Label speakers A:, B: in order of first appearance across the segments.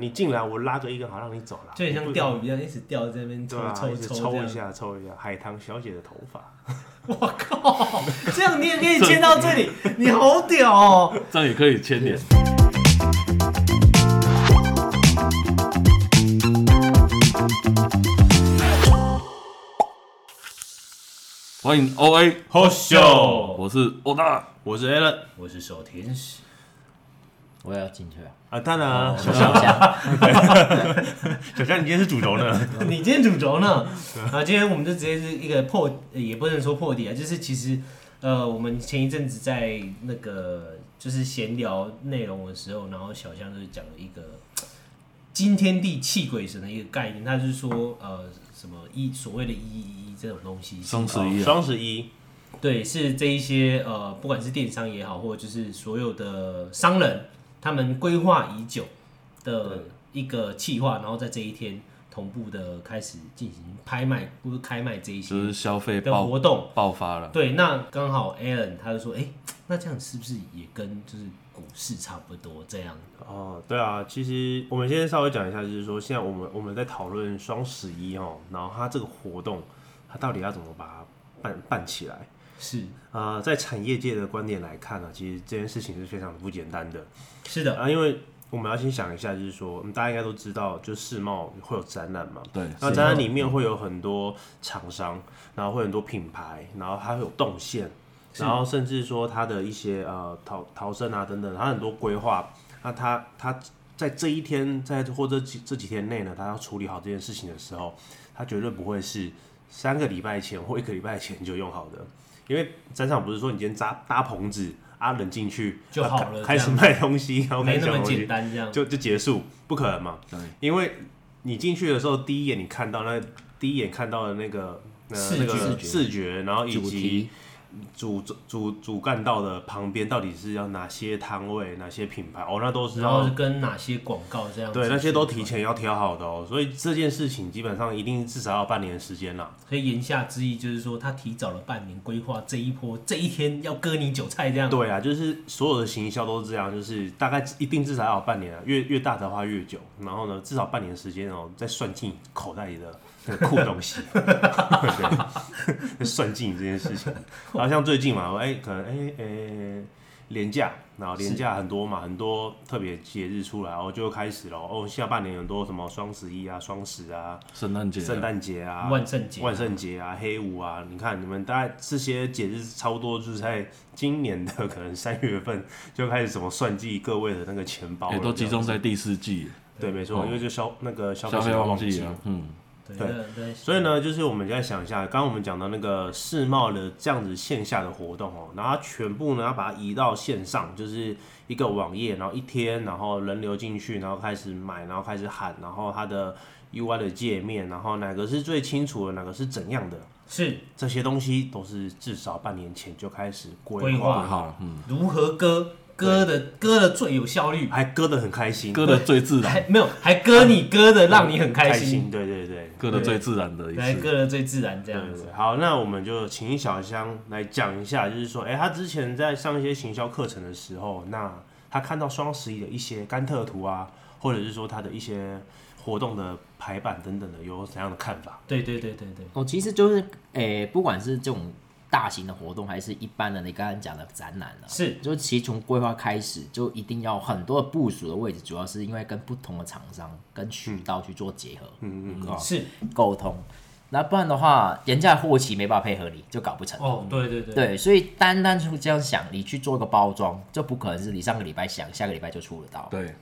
A: 你进来，我拉着一根好让你走了，
B: 就很
A: 我
B: 像
A: 不
B: 钓鱼一样，一直钓在那边
A: 对
B: 抽
A: 啊，
B: 抽
A: 一直
B: 抽
A: 抽
B: 这
A: 一
B: 样。
A: 下，抽一下，海棠小姐的头发，
B: 我靠，这样你也可以签到这 里，你好屌哦！
C: 这样也可以牵连。欢迎 O A，
B: 好
A: 秀，
C: 我是欧大，
A: 我是 a l n
B: 我是守天使，
D: 我也要进去啊！
A: 啊，当然啊，小
D: 我想一下，
A: 小佳，你今天是主轴呢？
B: 你今天主轴呢？啊，今天我们就直接是一个破，呃也不能说破底啊，就是其实呃，我们前一阵子在那个就是闲聊内容的时候，然后小象就是讲了一个惊天地泣鬼神的一个概念，他就是说呃什么一所谓的一一一这种东西，
C: 双十一啊，
A: 哦双十一，
B: 对，是这一些呃，不管是电商也好，或者就是所有的商人，他们规划已久的一个计划，然后在这一天同步的开始进行拍卖，不是开卖这一些
C: 就是消费
B: 的
C: 爆
B: 活动。
C: 爆发了。
B: 对，那刚好 Alan 他就说，哎、那这样是不是也跟就是股市差不多这样？
A: 哦，对啊，其实我们先稍微讲一下，就是说现在我们我们在讨论双十一哦，然后它这个活动，它到底要怎么把它办办起来？
B: 是
A: 呃，在产业界的观点来看呢、其实这件事情是非常的不简单的。
B: 是的，
A: 啊，因为我们要先想一下，就是说，嗯，大家应该都知道，就世贸会有展览嘛，
C: 对，
A: 那展览里面会有很多厂商，然后会有很多品牌，然后它会有动线，
B: 是
A: 然后甚至说它的一些呃逃逃生啊等等，它很多规划，那它它在这一天在或者几这几天内呢，它要处理好这件事情的时候，它绝对不会是三个礼拜前或一个礼拜前就用好的，因为展场不是说你今天搭搭棚子啊人进去
B: 就
A: 啊
B: 好
A: 开
B: 了
A: 开
B: 这
A: 始
B: 样
A: 卖东西，然后开
B: 没
A: 始
B: 那
A: 讲
B: 么
A: 东西
B: 简单这样。
A: 就就结束，不可能嘛。
C: 对，
A: 因为你进去的时候，第一眼你看到那第一眼看到的那个呃
B: 视
A: 那个
D: 觉
A: 视觉，然后以
D: 主
A: 及
D: 题
A: 主主主干道的旁边到底是要哪些摊位、哪些品牌，哦，那都是
B: 然后
A: 要
B: 是跟哪些广告这样子？
A: 对那些都提。前要挑好的哦，所以这件事情基本上一定至少要半年的时间啦。
B: 所以言下之意就是说，他提早了半年规划这一波，这一天要割你韭菜这样。
A: 对啊，就是所有的行销都是这样，就是大概一定至少要有半年啊，越越大的话越久，然后呢，至少半年时间哦，再算进口袋里的那个酷东西，对， 再算进这件事情。然后像最近嘛，哎、可能哎哎廉价，然后廉价很多嘛，很多特别节日出来，哦，就开始了哦，下半年很多什么双十一啊、双十啊、
C: 圣诞节啊，
A: 圣诞节啊、
B: 万圣节，
A: 万圣节啊、黑五啊，你看你们大概这些节日差不多就是在今年的可能三月份就开始怎么算计各位的那个钱包了
C: 也都集中在第四季
A: 对，没错，
C: 哦
A: 因为就消那个消
C: 消费
A: 旺
C: 旺
A: 季
C: 季啊，嗯，
B: 对
A: 对
B: 对对，
A: 所以呢，就是我们现在想一下，刚刚我们讲到那个世贸的这样子线下的活动哦，然后它全部呢要把它移到线上，就是一个网页，然后一天，然后人流进去，然后开始买，然后开始喊，然后它的 UI 的界面，然后哪个是最清楚的，哪个是怎样的，
B: 是
A: 这些东西都是至少半年前就开始规
B: 规
A: 划
B: 划
A: 好，
C: 好，嗯，
B: 如何割割的割的最有效率，
A: 还割得很开心，
C: 割的最自然，
B: 还没有还割你割的让你很开心，
A: 对对对。
C: 割的最自然的一
B: 来
C: 次，
B: 割的最自然这
A: 对
B: 样
A: 对
B: 子。
A: 对，好，那我们就请小香来讲一下，就是说，哎、他之前在上一些行销课程的时候，那他看到双十一的一些甘特图啊，或者是说他的一些活动的排版等等的，有怎样的看法？
B: 对对对对对，
D: 哦，其实就是诶、不管是这种大型的活动，还是一般的你刚刚讲的展览啊，
B: 是
D: 就其实从规划开始就一定要很多的部署的位置，主要是因为跟不同的厂商跟渠道去做结合，嗯嗯，哦
B: 是
D: 沟通。那不然的话，廉价货期没办法配合你，就搞不成。
B: 哦，对对对，
D: 对，所以单单从这样想，你去做个包装，就不可能是你上个礼拜想，下个礼拜就出得到。
C: 对，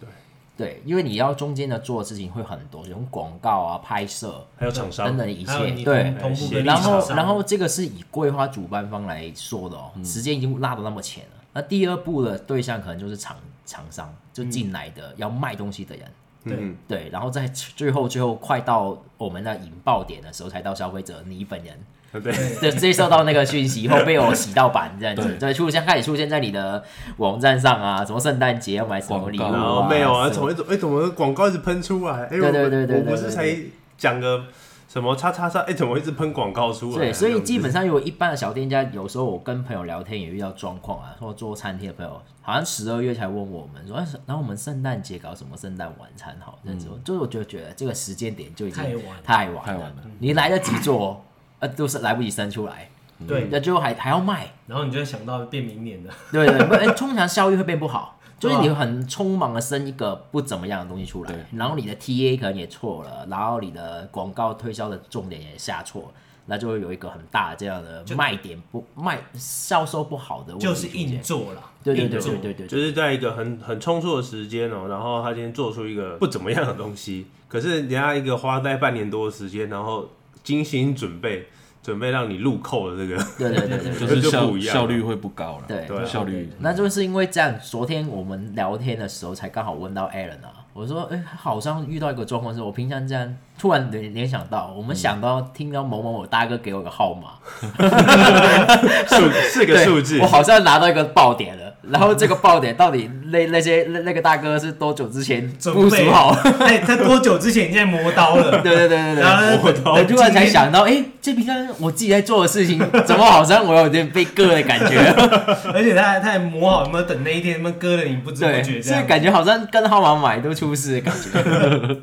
D: 对，因为你要中间的做的事情会很多，从广告啊、拍摄
A: 还有厂商
D: 等等一
B: 还有你
D: 切，对
B: 同。同步跟
A: 对
B: 立
D: 然
B: 场
D: 后，
B: 上
D: 然后这个是以规划主办方来说的哦，时间已经拉得那么前了。那第二步的对象可能就是厂厂商，就进来的、要卖东西的人，
B: 对
A: 嗯，
D: 对，然后在最后最后快到我们的引爆点的时候，才到消费者你本 人，
A: 对，
D: 对，接收到那个讯息以后被我洗到版这样子，对，出现开始出现在你的网站上啊，什么圣诞节要买什么礼物
C: 广
A: 然
C: 告
D: 啊，
A: 后没有啊，
D: 什
A: 怎么
D: 么
A: 哎、怎么广告一直喷出来？哎、
D: 对对对对
A: 我
D: 对
A: 不是
D: 对
A: 才讲个。什么叉叉叉，哎，怎么一直喷广告出来啊？
D: 对，所以基本
A: 上
D: 上如果一般的小店家，有时候我跟朋友聊天也遇到状况啊，或做餐厅的朋友，好像十二月才问我们说，哎然后我们圣诞节搞什么圣诞晚餐好？这样子，就是我就觉得这个时间点就已经
B: 太晚了
D: 太晚
C: 太
D: 了，
C: 晚了
D: 你来得及做，呃，都是来不及生出来，
B: 对，
D: 那最后还还要卖，
B: 然后你就会想到变明年的，
D: 对对，不哎通常效益会变不 好，就是你
B: 对
D: 很匆忙的生一个不怎么样的东西出来
C: 对，
D: 然后你的 TA 可能也错了，然后你的广告推销的重点也下错，那就会有一个很大的这样的卖点不卖销售不好的问题
B: 就
D: 出
B: 是
D: 现，
B: 硬做啦，
D: 嗯对对
B: 硬
D: 对
B: 做
D: 对对对
A: 就
D: 对，
A: 是在一个很很冲促的时间哦、然后他今天做出一个不怎么样的东西，可是人家一个花在半年多的时间，然后精心准备，准备让你入扣的这个，
D: 对对对对对
C: 就是
A: 就
C: 效
A: 不一样了
C: 效率会不高了，
D: 对
A: 对啊
C: 效率
D: 那就是因为这样，昨天我们聊天的时候才刚好问到 Alan 啊，我说，哎、好像遇到一个状况是，我平常这样突然联联想到，我们
B: 嗯
D: 想到听到某某某大哥给我个号码，
A: 数是个
D: 对
A: 数字
D: 我，好像拿到一个爆点了。然后这个爆点到底那那些那那个大哥是多久之前部
B: 准备
D: 署好？
B: 哎，他多久之前已经在磨刀了？
D: 对对对对
B: 然
D: 对。
B: 后
A: 我
B: 等
A: 懂
D: 我
B: 等
D: 突然才
B: 今天
D: 想到，哎、这平常我自己在做的事情， 怎么好像我有点被割的感 觉？
B: 而且他还他还磨好，有没有等那一天他们割了你不知不觉
D: 对，
B: 这
D: 所以
B: 样？
D: 感觉好像跟号码买都出事的感觉。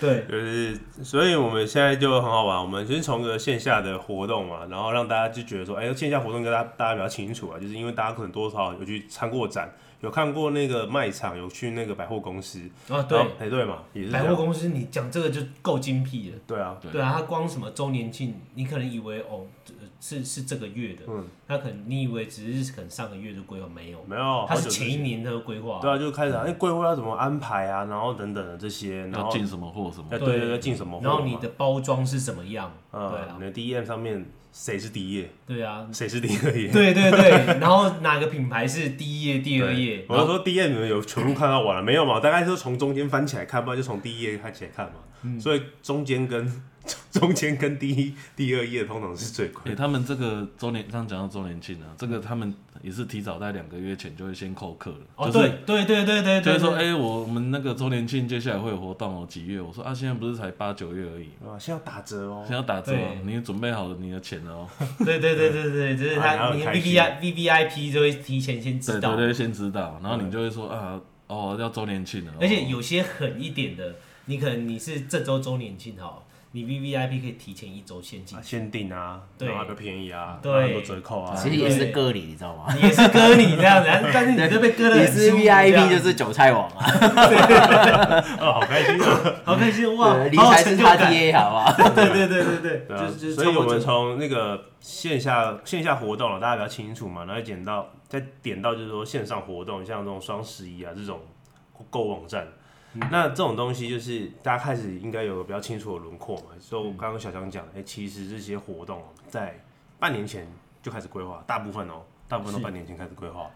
B: 对，
A: 就是，所以我们现在就很好玩，我们先从个线下的活动嘛，然后让大家就觉得说，哎、线下活动跟大家大家比较清楚啊，就是因为大家可能多少有去参过展，有看过那个卖场，有去那个百货公司，
B: 哦
A: 然后
B: 对，
A: 哎、对嘛，也是这
B: 百
A: 样
B: 货公司你讲这个就够精辟了。
A: 对啊，
C: 对
B: 对啊，他光什么周年庆，你可能以为哦这是是这个月的，
A: 嗯
B: 他可能你以为只是可能上个月的规划没有，
A: 没有，好
B: 他
A: 久之
B: 是前一年的规划。
A: 对啊，就开始哎，规划要怎么安排啊，然后等等的这些，然
C: 要
A: 后
C: 进什么货什么
A: 哎，
B: 对
A: 对对对，进什么货嘛，
B: 然后你的包装是怎么样？对
A: 呃，
B: 啊
A: 你，的第一页上面谁是第一页，
B: 对啊，
A: 谁是第二页，
B: 对对对，然后哪个品牌是第一页、第二
A: 对
B: 页？
A: 我就说第一页你们有全部看到完了没有嘛？大概就从中间翻起来看，不然就从第一页看起来看嘛。
B: 嗯
A: 所以中间跟 中间跟第一、第二页通常是最
C: 哎、
B: 嗯
A: 快。
C: 他们这个周年，刚讲到周年庆啊，这个他们也是提早在两个月前就会先扣客了，
B: 哦，
C: 就是
B: 对对对对对
C: 就
B: 对，
C: 是说，
B: 对
C: 哎、我我们那个周年庆接下来会有活动哦，几月？我说啊，现在不是才八九月而已，
A: 啊，现在要打折哦
C: 现在。要打折哦
B: 对，
C: 你准备好了你的钱 了哦，
B: 对对对对对，就是
A: 啊然
B: 他
A: 后
B: 你
A: 很开
B: V V
A: 心
B: I V V I P 就会提前先
C: 对
B: 知
C: 对
B: 道，
C: 对，先知道，然后你就会说啊，哦，要周年庆了哦，
B: 而且有些狠一点的，你可能你是这周周年庆好，你 V V I P 可以提前一周先进
A: 啊，，限定啊，
B: 对
A: 然后还比较便宜啊，
B: 对
A: 然后很多折扣啊。
D: 其实也是割礼，你知道吗？
B: 你也是割你这样子，但是你就被割的
D: 你
B: 很
D: 是
B: 舒服这样
D: VIP 就是韭菜王啊，
A: 啊，好开心啊！
B: 好开心哇，
D: 对你
B: 好有
D: 才
B: 成
D: 是
B: 就
D: 他
B: 感，
D: TA 好不好？
B: 对对对对对，
A: 对啊
B: 就是就是
A: 所以我们
B: 差不多
A: 从那个线下线下活动了，大家比较清楚嘛，然后点到再点到就是说线上活动，像这种双十一啊这种购物网站，
B: 嗯
A: 那这种东西就是大家开始应该有个比较清楚的轮廓嘛。所以我刚刚小强
B: 嗯
A: 讲，哎、其实这些活动在半年前就开始规划，大部分哦、大部分都半年前开始规划。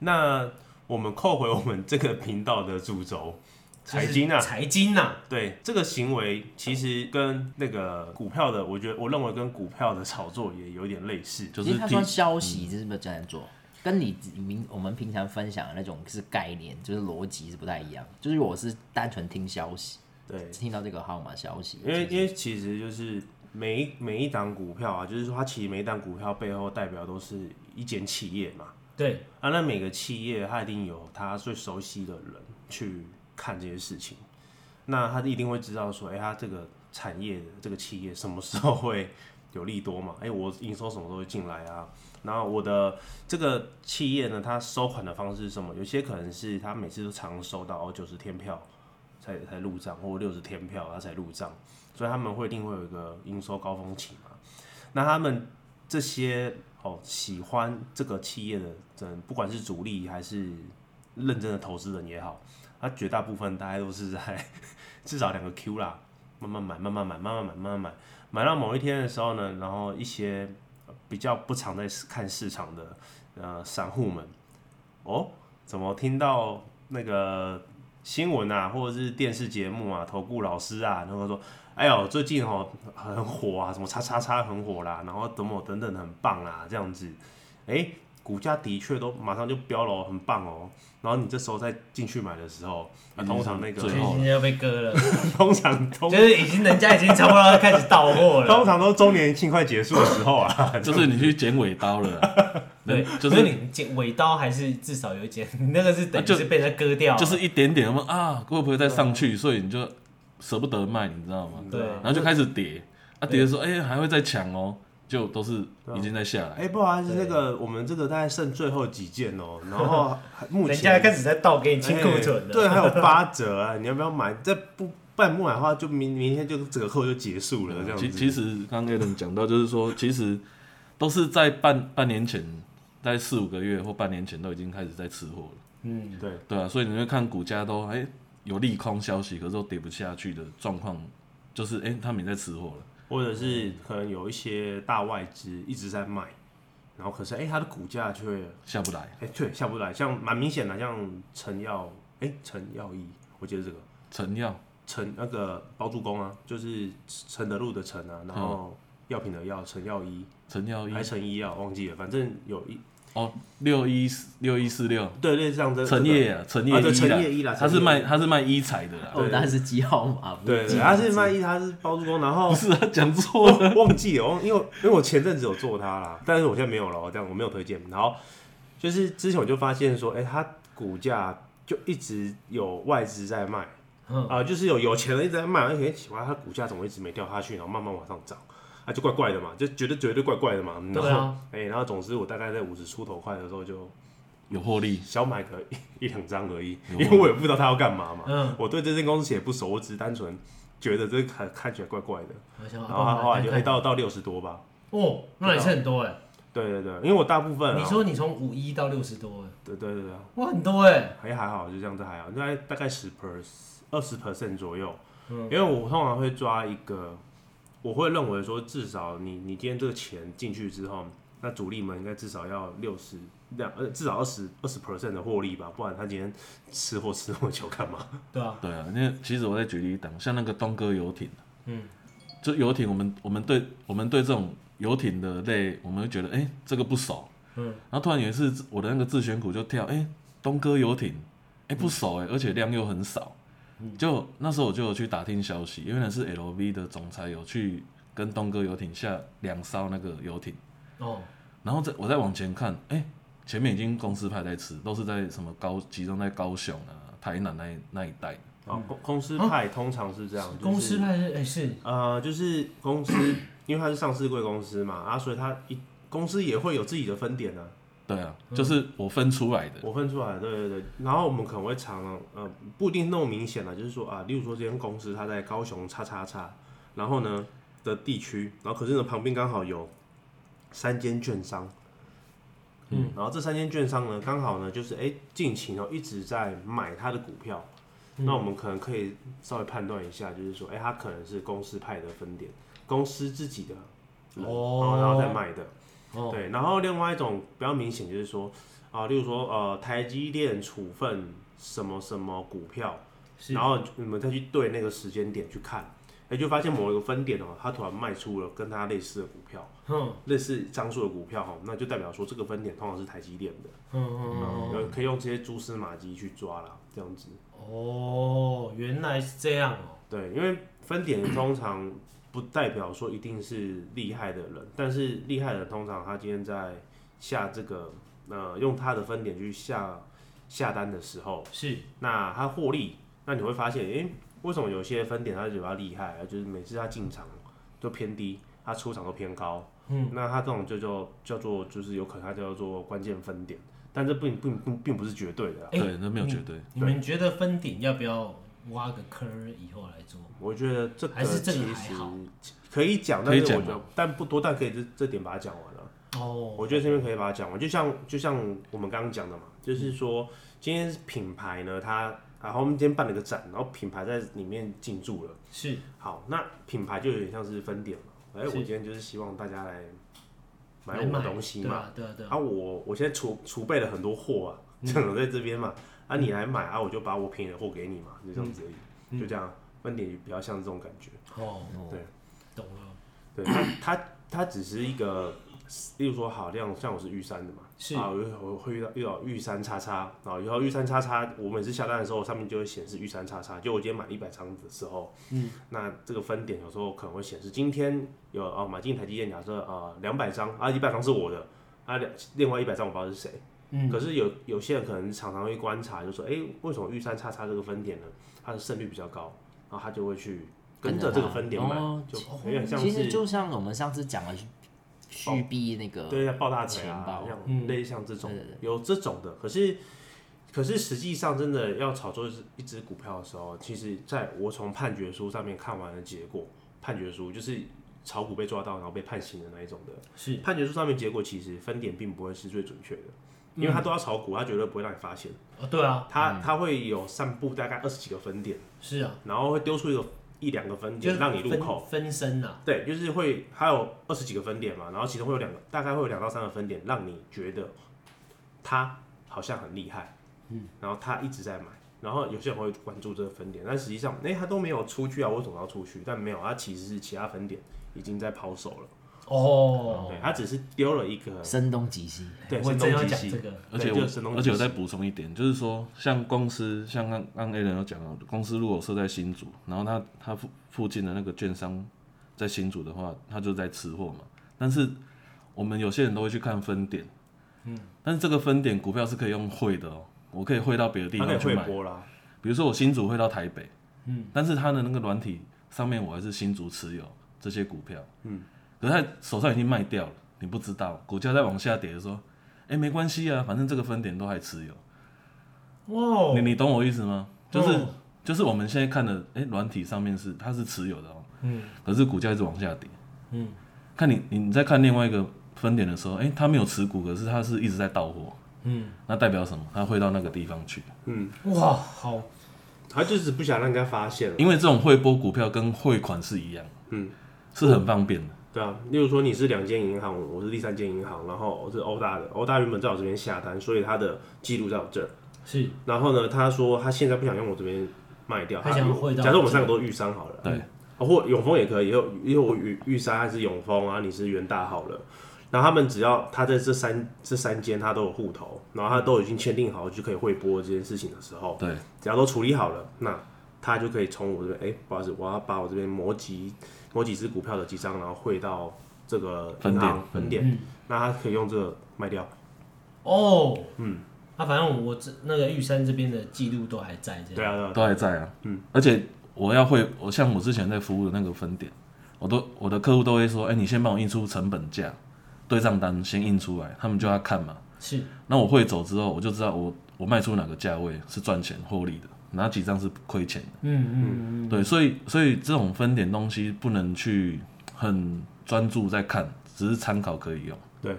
A: 那我们扣回我们这个频道的主轴，
B: 就
A: 财
B: 是
A: 经啊，
B: 财经呐，
A: 对这个行为，其实跟那个股票的，我觉得我认为跟股票的炒作也有点类似。
C: 就
D: 其
C: 是嗯
D: 实他
C: 提
D: 说消息就是不是这样做，跟你明我们平常分享的那种是概念，就是逻辑是不太一样。就是我是单纯听消息，
A: 对，
D: 听到这个号码消息，
A: 因为
D: 其实
A: 因为其实就是每一每一档股票啊，就是说它其实每一档股票背后代表都是一间企业嘛。
B: 对
A: 啊，那每个企业它一定有它最熟悉的人去看这些事情，那他一定会知道说，哎、它这个产业的这个企业什么时候会有利多嘛？哎、我营收什么时候会进来啊？然后我的这个企业呢，它收款的方式是什么？有些可能是它每次都常收到哦九十天票才才入账，或六十天票它才入账，所以他们会一定会有一个营收高峰期嘛。那他们这些哦喜欢这个企业的人，不管是主力还是认真的投资人也好，他绝大部分大概都是在至少两个 Q 啦，慢慢买，慢慢买，慢慢买，慢慢买，买到某一天的时候呢，然后一些呃比较不常在市看市场的呃散户们，哦，怎么听到那个新闻啊，或者是电视节目啊，投顾老师啊，然后说，哎呦，最近哦啊很火啊，什么叉叉叉很火啦，然后等我等等很棒啦，这样子，哎、股价的确都马上就飙了哦，很棒哦。然后你这时候再进去买的时候，啊，通常那个
C: 嗯最
B: 就
C: 后
B: 已经要被割了，
A: 通常通
B: 就是已经人家已经差不多要开始到货
A: 通
B: 了。
A: 常都周年庆快结束的时候啊，
C: 就是你去剪尾刀 了啊，
B: 对，
C: 就
B: 没有
C: 是
B: 你剪尾刀还是至少有一剪，你那个是等
C: 啊
B: 于
C: 就是
B: 被人家割掉了，
C: 就是一点点，我们啊会不会再上去，所以你就舍不得卖，你知道吗？
B: 对
C: 然后就开始跌，啊跌的时候，哎还会再抢哦，就都是已经在下来，
A: 哎、不好意思，那个我们这个大概剩最后几件哦、然后目
B: 人家
A: 前
B: 开始在倒给你清库
A: 哎
B: 存了。
A: 对，还有八折啊，你要不要买？这不不然不买的话，就明明天就折扣就结束了这样子。
C: 嗯其其实刚刚 a l 讲到，就是说，其实都是在半半年前，在四五个月或半年前都已经开始在吃货了，
B: 嗯，
A: 对，
C: 对啊，所以你会看股价都哎、有利空消息，可是都跌不下去的状况，就是哎、他们也在吃货了。
A: 或者是可能有一些大外资一直在卖，然后可是哎、它的股价却
C: 下不来，
A: 哎对下不来，像蛮明显的，像陈耀哎陈耀义，我记得这个
C: 成药
A: 陈那个包租公啊，就是承德路的陈啊，然后药品的药陈耀一，
C: 成药一
A: 还陈医药忘记了，反正有一
C: 哦，六一四六一四六，
A: 对对像这
C: 陈业啊，陈业
A: 啊对
C: 一
A: 陈业一啦
C: 他是
A: 陈业一
C: 卖他是卖一彩的啦，
D: 哦，那是几号码？不
A: 对对，
D: 几
A: 他是卖一，他是包租公，然后
C: 不是啊，讲错 了，
A: 忘记了，忘因为因为我前阵子有做它啦，但是我现在没有了，我这样我没有推荐。然后就是之前我就发现说，哎、它股价就一直有外资在卖，啊、
B: 嗯
A: 就是有有钱人一直在卖，而且奇怪，它股价怎么一直没掉下去，然后慢慢往上涨。啊，就怪怪的嘛，就觉得绝对怪怪的嘛。然后
B: 对啊，
A: 哎、然后总之我大概在五十出头块的时候就
C: 有获利，
A: 小买个一 一两张而已，
C: 有
A: 因为我也不知道它要干嘛嘛。
B: 哦嗯
A: 我对这间公司也不熟，我只是单纯觉得这看看起来怪怪的。
B: 我想
A: 然后它后来就哎
B: 啊看看
A: 到到六十多吧，
B: 哦，那也是很多哎。
A: 对对对，因为我大部分、啊、
B: 你说你从五一到六十多哎，
A: 对对对对，
B: 哇，很多哎。
A: 还还好，就这样子还好，大概大概十 per 二十 percent 左右，
B: 嗯
A: 因为我通常会抓一个，我会认为说至少你你今天这个钱进去之后，那主力们应该至少要六十两呃至少二十二十 percent 的获利吧，不然他今天吃货吃那么久干嘛？
B: 对啊，
C: 对啊，因为其实我再举例一档，像那个东哥游艇，啊
B: 嗯，
C: 就游艇，我们我们对我们对这种游艇的类，我们会觉得哎、诶这个不熟，
B: 嗯，
C: 然后突然有一次我的那个自选股就跳，哎、东哥游艇，哎、不熟哎、而且量又很少，
B: 嗯
C: 就那时候我就有去打听消息，因为那是 LV 的总裁有去跟东哥游艇下两艘那个游艇，
B: 哦，
C: 然后再我再往前看，哎、前面已经公司派在吃，都是在什么高集中在高雄啊、台南那一那一带。
A: 啊，公公司派通常是这样，就是
B: 公司派是哎是，
A: 呃，就是公司因为它是上市贵公司嘛，啊，所以它一公司也会有自己的分点啊。
C: 对啊，就是我分出来的，
A: 我分出来，对对对。然后我们可能会常常呃，不一定那么明显了，就是说啊，例如说这间公司它在高雄叉叉叉，然后呢的地区，然后可是呢旁边刚好有三间券商，嗯，然后这三间券商呢刚好呢就是哎近期呢一直在买它的股票，
B: 嗯
A: 那我们可能可以稍微判断一下，就是说哎它可能是公司派的分点，公司自己的人，
B: 哦
A: 然后然后再卖的。
B: 哦，
A: 对，然后另外一种比较明显就是说，啊、例如说呃，台积电处分什么什么股票，
B: 是
A: 然后你们再去对那个时间点去看，哎、就发现某一个分点哦，它突然卖出了跟它类似的股票，
B: 嗯
A: 类似张数的股票哦，那就代表说这个分点通常是台积电的，
B: 嗯嗯
A: 嗯，
B: 嗯，
A: 有可以用这些蛛丝马迹去抓啦，这样子。
B: 哦，原来是这样哦，
A: 对，因为分点通常不代表说一定是厉害的人，但是厉害的人通常他今天在下这个呃用他的分点去下下单的时候，
B: 是，
A: 那他获利，那你会发现，诶、为什么有些分点他就比较厉害啊？就是每次他进场都偏低，他出场都偏高，嗯，那他这种就叫叫做就是有可能他叫做关键分点，但这并并并并不是绝对的啊、
B: 哎
C: 对，那没有绝对。
B: 你们觉得分顶要不要挖个坑儿以后来做？
A: 我觉得这个
B: 还是这个
A: 其
B: 还
A: 实
B: 好
A: 可以讲，
C: 可
A: 但
C: 以
A: 是我
C: 讲啊
A: 觉得但不多，但可以这这点把它讲完了。
B: 哦，
A: 我觉得这边可以把它讲完，就像就像我们刚刚讲的嘛，就是说今天品牌呢，它然后我们今天办了个展，然后品牌在里面进驻了。
B: 是，
A: 好，那品牌就有点像是分点嘛，哎，
B: 是
A: 我今天就是希望大家来买
B: 来
A: 我的东西
B: 对
A: 嘛，
B: 啊对啊对嗯啊，
A: 啊，我我现在储储备了很多货啊，这样在这边嘛，啊，
B: 嗯
A: 你来买啊，我就把我便宜的货给你嘛，就这样子而已，就这样，分点比较像这种感觉。
B: 啊哦，
A: 啊对
B: 懂了，
A: 对，它它它只是一个例如说好，像像我是玉山的嘛，
B: 是
A: 啊，我会我会遇到遇到玉山叉叉，然后以后玉山叉叉，我每次下单的时候上面就会显示玉山叉叉，就我今天买一百张的时候，嗯，那这个分点有时候可能会显示今天有哦买进台积电，假设啊两百张啊一百张是我的，啊两另外一百张我不知道是谁，
B: 嗯
A: 可是有有些人可能常常会观察，就说，哎、为什么玉山叉叉这个分点呢，它的胜率比较高，然后他就会去跟着这个分点买，
D: 哦
A: 就有点像
D: 其实
A: 是
D: 就像我们上次讲的续币那个，
A: 对，要抱大腿
D: 呃钱
A: 啊
D: 包，
A: 像
B: 嗯
A: 类似像这种
D: 对对
A: 有这种的，可是。可是实际上，真的要炒作一只一只股票的时候，其实在我从判决书上面看完的结果，判决书就是炒股被抓到，然后被判刑的那一种的。
B: 是
A: 判决书上面结果其实分点并不会是最准确的，因为他都要炒股，他绝对不会让你发现。
B: 哦，对啊，
A: 它它会有散布大概二十几个分点，
B: 是啊，
A: 然后会丢出一个一两个分
B: 就
A: 点
B: 是
A: 让你入
B: 分
A: 口。
B: 分身啊，
A: 对，就是会还有二十几个分点嘛，然后其中会有两个，大概会有两到三个分点让你觉得它好像很厉害，嗯，然后它一直在买，然后有些人会关注这个分点，但实际上，哎、它都没有出去啊，为什么要出去？但没有，它其实是其他分点已经在抛售了，
B: 哦，
A: 对，它只是丢了一个，
D: 声东击西。
A: 对，
B: 我
A: 声
B: 真
A: 东
B: 要
A: 击
B: 讲
A: 西
B: 这个，
C: 而且
A: 对
C: 我
A: 就是声东击
C: 而且我
A: 西
C: 再补充一点，就是说，像公司，像刚刚 A 人有讲到，公司如果设在新竹，然后他他附附近的那个券商在新竹的话，他就在吃货嘛。但是我们有些人都会去看分点，嗯，但是这个分点股票是可以用汇的哦，我可以汇到别的地
A: 它可以
C: 方去
A: 汇
C: 买，
A: 拨啦，
C: 比如说我新竹汇到台北，嗯，但是他的那个软体上面我还是新竹持有这些股票，嗯，可是他手上已经卖掉了，你不知道，股价在往下跌的时候，哎、没关系啊，反正这个分点都还持有，
B: 哇哦
C: 你，你懂我意思吗？就是、
B: 哦
C: 就是我们现在看的，哎、软体上面是它是持有的哦，
B: 嗯，
C: 可是股价一直往下跌，
B: 嗯，
C: 看你你在看另外一个分点的时候，哎、他没有持股，可是他是一直在到货，
B: 嗯，
C: 那代表什么？他汇到那个地方去。
A: 嗯，
B: 哇，好，
A: 它就是不想让人家发现了。
C: 因为这种汇拨股票跟汇款是一样，
A: 嗯，
C: 是很方便的。
A: 对啊，例如说你是两间银行，我是第三间银行，然后我是欧大的，欧大原本在我这边下单，所以他的记录在我这儿。
B: 是
A: 然后呢，他说他现在不想用我这边卖掉，
B: 他想汇到
A: 假设我们三个都是玉山好了，
C: 对
A: 哦，或永丰也可以，因为因为我玉玉山还是永丰啊，你是元大好了。然后他们只要他在这三这三间他都有户头，然后他都已经签订好就可以汇拨这件事情的时候，
C: 对，
A: 只要都处理好了，那他就可以从我这边，哎、不好意思，我要把我这边某几某几只股票的几张，然后汇到这个
C: 分
A: 银
C: 店
A: 行分店，那他可以用这个卖掉。
B: 哦，嗯，啊，反正我这那个玉山这边的记录都还在，这
A: 对
B: 样，
A: 啊，对啊，
C: 都还在啊。嗯，而且我要会，我像我之前在服务的那个分点，我都我的客户都会说，哎、你先帮我印出成本价、对账单，先印出来，他们就要看嘛。
B: 是
C: 那我会走之后，我就知道我我卖出哪个价位是赚钱获利的，哪几张是亏钱的。嗯嗯嗯。对，所以所以这种分点东西不能去很专注在看，只是参考可以用。
A: 对。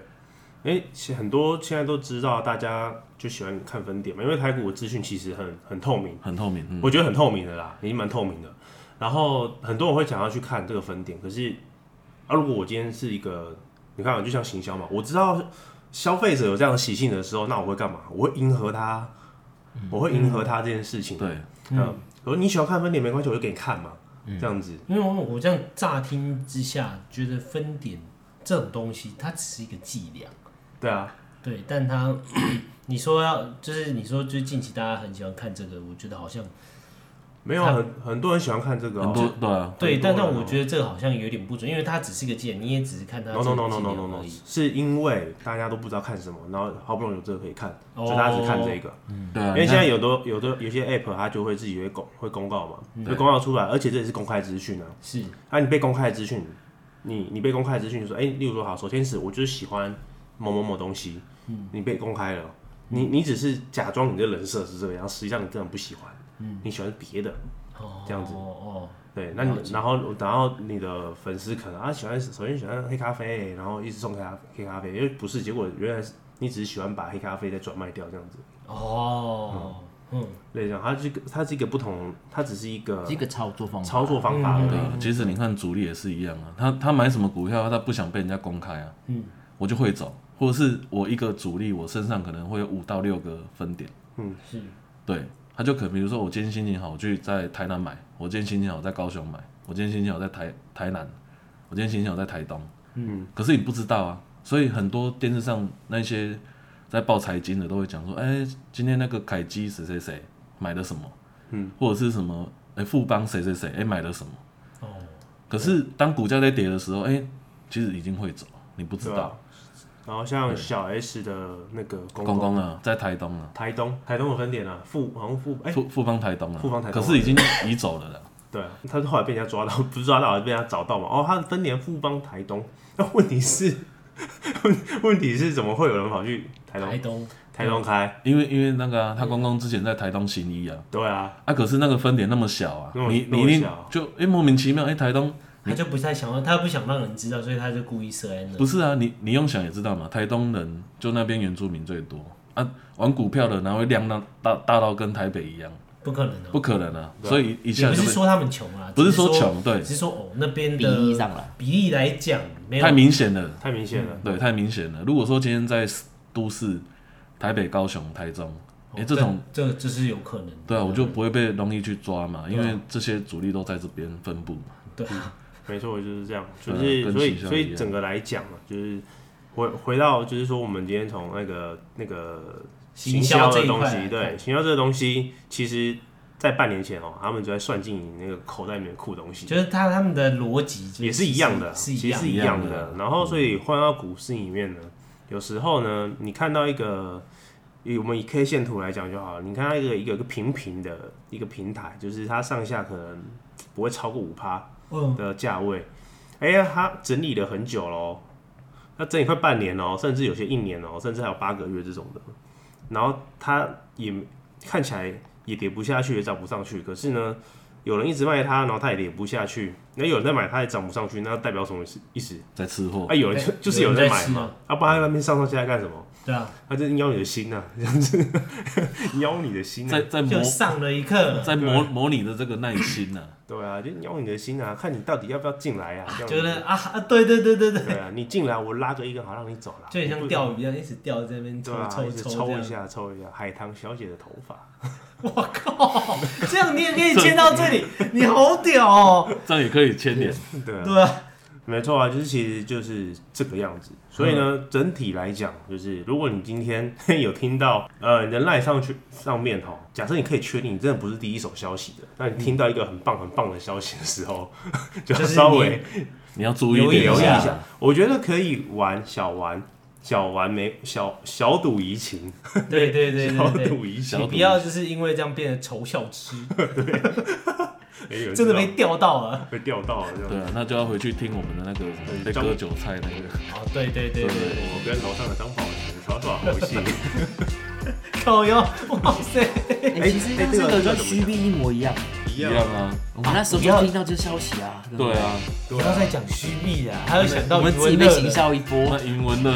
A: 哎、其实很多现在都知道，大家就喜欢看分点嘛，因为台股的资讯其实很很透明，
C: 很透明，嗯，
A: 我觉得很透明的啦，已经蛮透明的。然后很多人会想要去看这个分点，可是啊，如果我今天是一个，你看啊，就像行销嘛，我知道消费者有这样的习性的时候，那我会干嘛？我会迎合他，我会迎合他这件事情。
C: 嗯对，
A: 嗯，我说你喜欢看分点没关系，我就给你看嘛，
C: 嗯
A: 这样子。
B: 因为我我这样乍听之下觉得分点这种东西，它只是一个伎俩。
A: 对啊，
B: 对，但他 你说要就是你说就是近期大家很喜欢看这个，我觉得好像
A: 没有啊很很多人喜欢看这个、
C: 很
A: 哦，
C: 多对啊，
B: 对，
A: 很多
B: 但
A: 人
B: 但
A: 哦
B: 我觉得这个好像有点不准，因为它只是一个纪念，你也只是看它
A: No
B: 这
A: no
B: 个
A: no no
B: 纪
A: no
B: 念
A: no no，
B: 而已。
A: 是因为大家都不知道看什么，然后好不容易有这个可以看，
B: 哦嗯
A: 所以大家只看这个。
C: 对啊，
A: 因为现在有的有的有些 app 它就会自己会公会公告嘛，会公告出来，而且这也是公开资讯啊。
B: 是
A: 啊，你被公开的资讯，你你被公开的资讯就说，哎、例如说好，首先是我就是喜欢某某某东西，
B: 嗯
A: 你被公开了，你你只是假装你的人设是这个样，实际上你根本不喜欢，
B: 嗯
A: 你喜欢别的，
B: 哦，
A: 这样子
B: 哦
A: 对，那你然后然后你的粉丝可能啊喜欢首先喜欢黑咖啡，然后一直送黑咖黑咖啡，因为不是，结果原来是你只是喜欢把黑咖啡再转卖掉这样子。
B: 哦哦，嗯，
A: 对，这样它这个它是一个不同，它只是一个
D: 这个操作方法，
A: 操作方法而
C: 对
A: 已。
C: 啊，其实你看主力也是一样啊，他他买什么股票，他不想被人家公开啊，嗯，我就会走，或者是我一个主力，我身上可能会有五到六个分点，
A: 嗯
B: 是
C: 对，他就可能比如说我今天心情好，我去在台南买，我今天心情好在高雄买，我今天心情好在台台南，我今天心情好在台东，嗯，可是你不知道啊，所以很多电视上那些在报财经的都会讲说，哎、今天那个凯基谁谁谁买了什么，嗯，或者是什么，哎、富邦谁谁谁，哎、买了什么。
B: 哦，
C: 可是当股价在跌的时候，哎、其实已经会走，你不知
A: 对啊
C: 道
A: 吧。？然后像小 S 的那个公
C: 公公啊，在台东啊，
A: 台东台东有分店啊，富好像富哎、
C: 富富邦台东啊，
A: 富邦台东啊
C: 可是已经移走了啦。
A: 对啊，他后来被人家抓到，不是抓到，被人家找到嘛。哦，他的分店富邦台东，那问题是 问题是怎么会有人跑去台
B: 台
A: 东
B: 东
A: 台东开？
C: 因为因为那个、啊、他公公之前在台东行医啊，
A: 对啊，
C: 啊，可是那个分点那么小啊，
A: 那么
C: 你
A: 那
C: 你
A: 么
C: 一定
A: 小
C: 就哎、莫名其妙哎、台东
B: 他就不太想要，他不想让人知道，所以他就故意设在那。
C: 不是啊，你你用想也知道嘛，台东人就那边原住民最多啊，玩股票的哪会量到大大到跟台北一样？
B: 不可能的、哦
C: 不可能啊，所以一
B: 也
C: 下
B: 不
C: 就是被
B: 说他们穷啊，
C: 不是
B: 只说
C: 说，穷，对
B: 只，是说哦那边的
D: 比例上来
B: 比例来讲没有嗯
C: 太明显了，
A: 太明显了。
C: 对，太明显了。如果说今天在都市，台北、高雄、台中，
B: 哦
C: 哎、这种
B: 这这是有可能的。
C: 对啊，我就不会被容易去抓嘛，因
B: 对
C: 为
B: 啊
C: 这些主力都在这边分布嘛。
B: 对啊，
A: 没错，就是这样。就是、
C: 对啊跟
A: 所以
C: 形象
A: 所
C: 一
A: 以
C: 样
A: 整个来讲啊，就是回回到就是说，我们今天从那个那个
B: 行
A: 销
B: 销这
A: 的
B: 一
A: 东
B: 块来
A: 西，对行销这个东西，其实在半年前哦、他们就在算进你那个口袋里面的酷东西，
B: 就是他他们的逻辑就是
A: 也是一样的，
B: 是
A: 其
B: 一
A: 实
B: 样
A: 是
B: 的嗯
A: 一样
C: 一样
A: 的。然后所以换到股市里面呢，有时候呢，你看到一个。以我们以 K 线图来讲就好了，你看到一个一个一个平平的一个平台，就是它上下可能不会超过五趴，
B: 嗯，
A: 的价位，哎呀，它整理了很久喽，它整理快半年哦，甚至有些一年哦，甚至还有八个月这种的。然后它也看起来也跌不下去，也涨不上去。可是呢，有人一直卖它，然后它也跌不下去。那有人在买，它也涨不上去，那代表什么意思？
C: 在吃货
A: 啊，，有人就
B: 对
A: 就是有人在
B: 有人在
A: 买
B: 吃
A: 嘛
B: 嘛，
A: 啊，不然它在那边上上下下干什么？
B: 对啊，
A: 他就邀你的心呐、这样子 邀你的心、啊
C: 在，在
B: 哎就啊
C: 磨
B: 上了一课，
C: 在磨磨你的这个耐心呐、
A: 对啊，就邀你的心啊，看你到底要不要进来啊，这样子
B: 觉得啊啊，对对对对对，
A: 对啊，你进来我拉个一根好让你走了，
B: 就很像钓鱼一样，一直钓在那边
A: 对
B: 抽
A: 啊，
B: 抽
A: 一直
B: 抽
A: 抽一
B: 这样。
A: 下，抽一下海棠小姐的头 发，
B: 我靠，这样你也可以签到这里，你好屌哦！
C: 这样也可以牵连。
A: 对啊，
B: 对啊，
A: 没错啊，就是其实就是这个样子。所以
B: 嗯
A: 呢，整体来讲，就是如果你今天 有听到呃你的赖上去上面哈，假设你可以确定你真的不是第一手消息的，那你听到一个很棒很棒的消息的时候， 就要
B: 就是
A: 稍
B: 你
A: 微
C: 你要注意
B: 留意
C: 点
A: 留
C: 啊
A: 意一
B: 一
A: 下，我觉得可以玩小玩小玩没小小赌怡情，
B: 对对对
A: 小
B: 对对。
A: 赌怡情
B: 你，不要就是因为这样变得仇笑痴，
A: 哎有人
B: 真
A: 知
B: 的
A: 道
B: 被钓到了。
A: 被钓到了，这样
C: 对啊，那就要回去听我们的那个什么被
A: 张
C: 割韭菜那个。
B: 哦，对对对对对，
A: 我跟楼上的张宝强耍耍猴戏。
B: 靠腰，哇塞！
D: 哎、
A: 哎
D: 其实
A: 哎
D: 这
A: 这个
D: 个
A: 这个
D: 跟
A: 怎么
D: C B 一模一样，
A: 一
C: 一样啊，
D: 我那时候就听到这消息啊。不
C: 对，啊，
B: 不啊要再讲虚币了，还有想
D: 我
B: 到
D: 们
B: 余
D: 自己
B: 文
D: 被
B: 乐
D: 行
B: 了，
D: 销一波，
C: 那英文的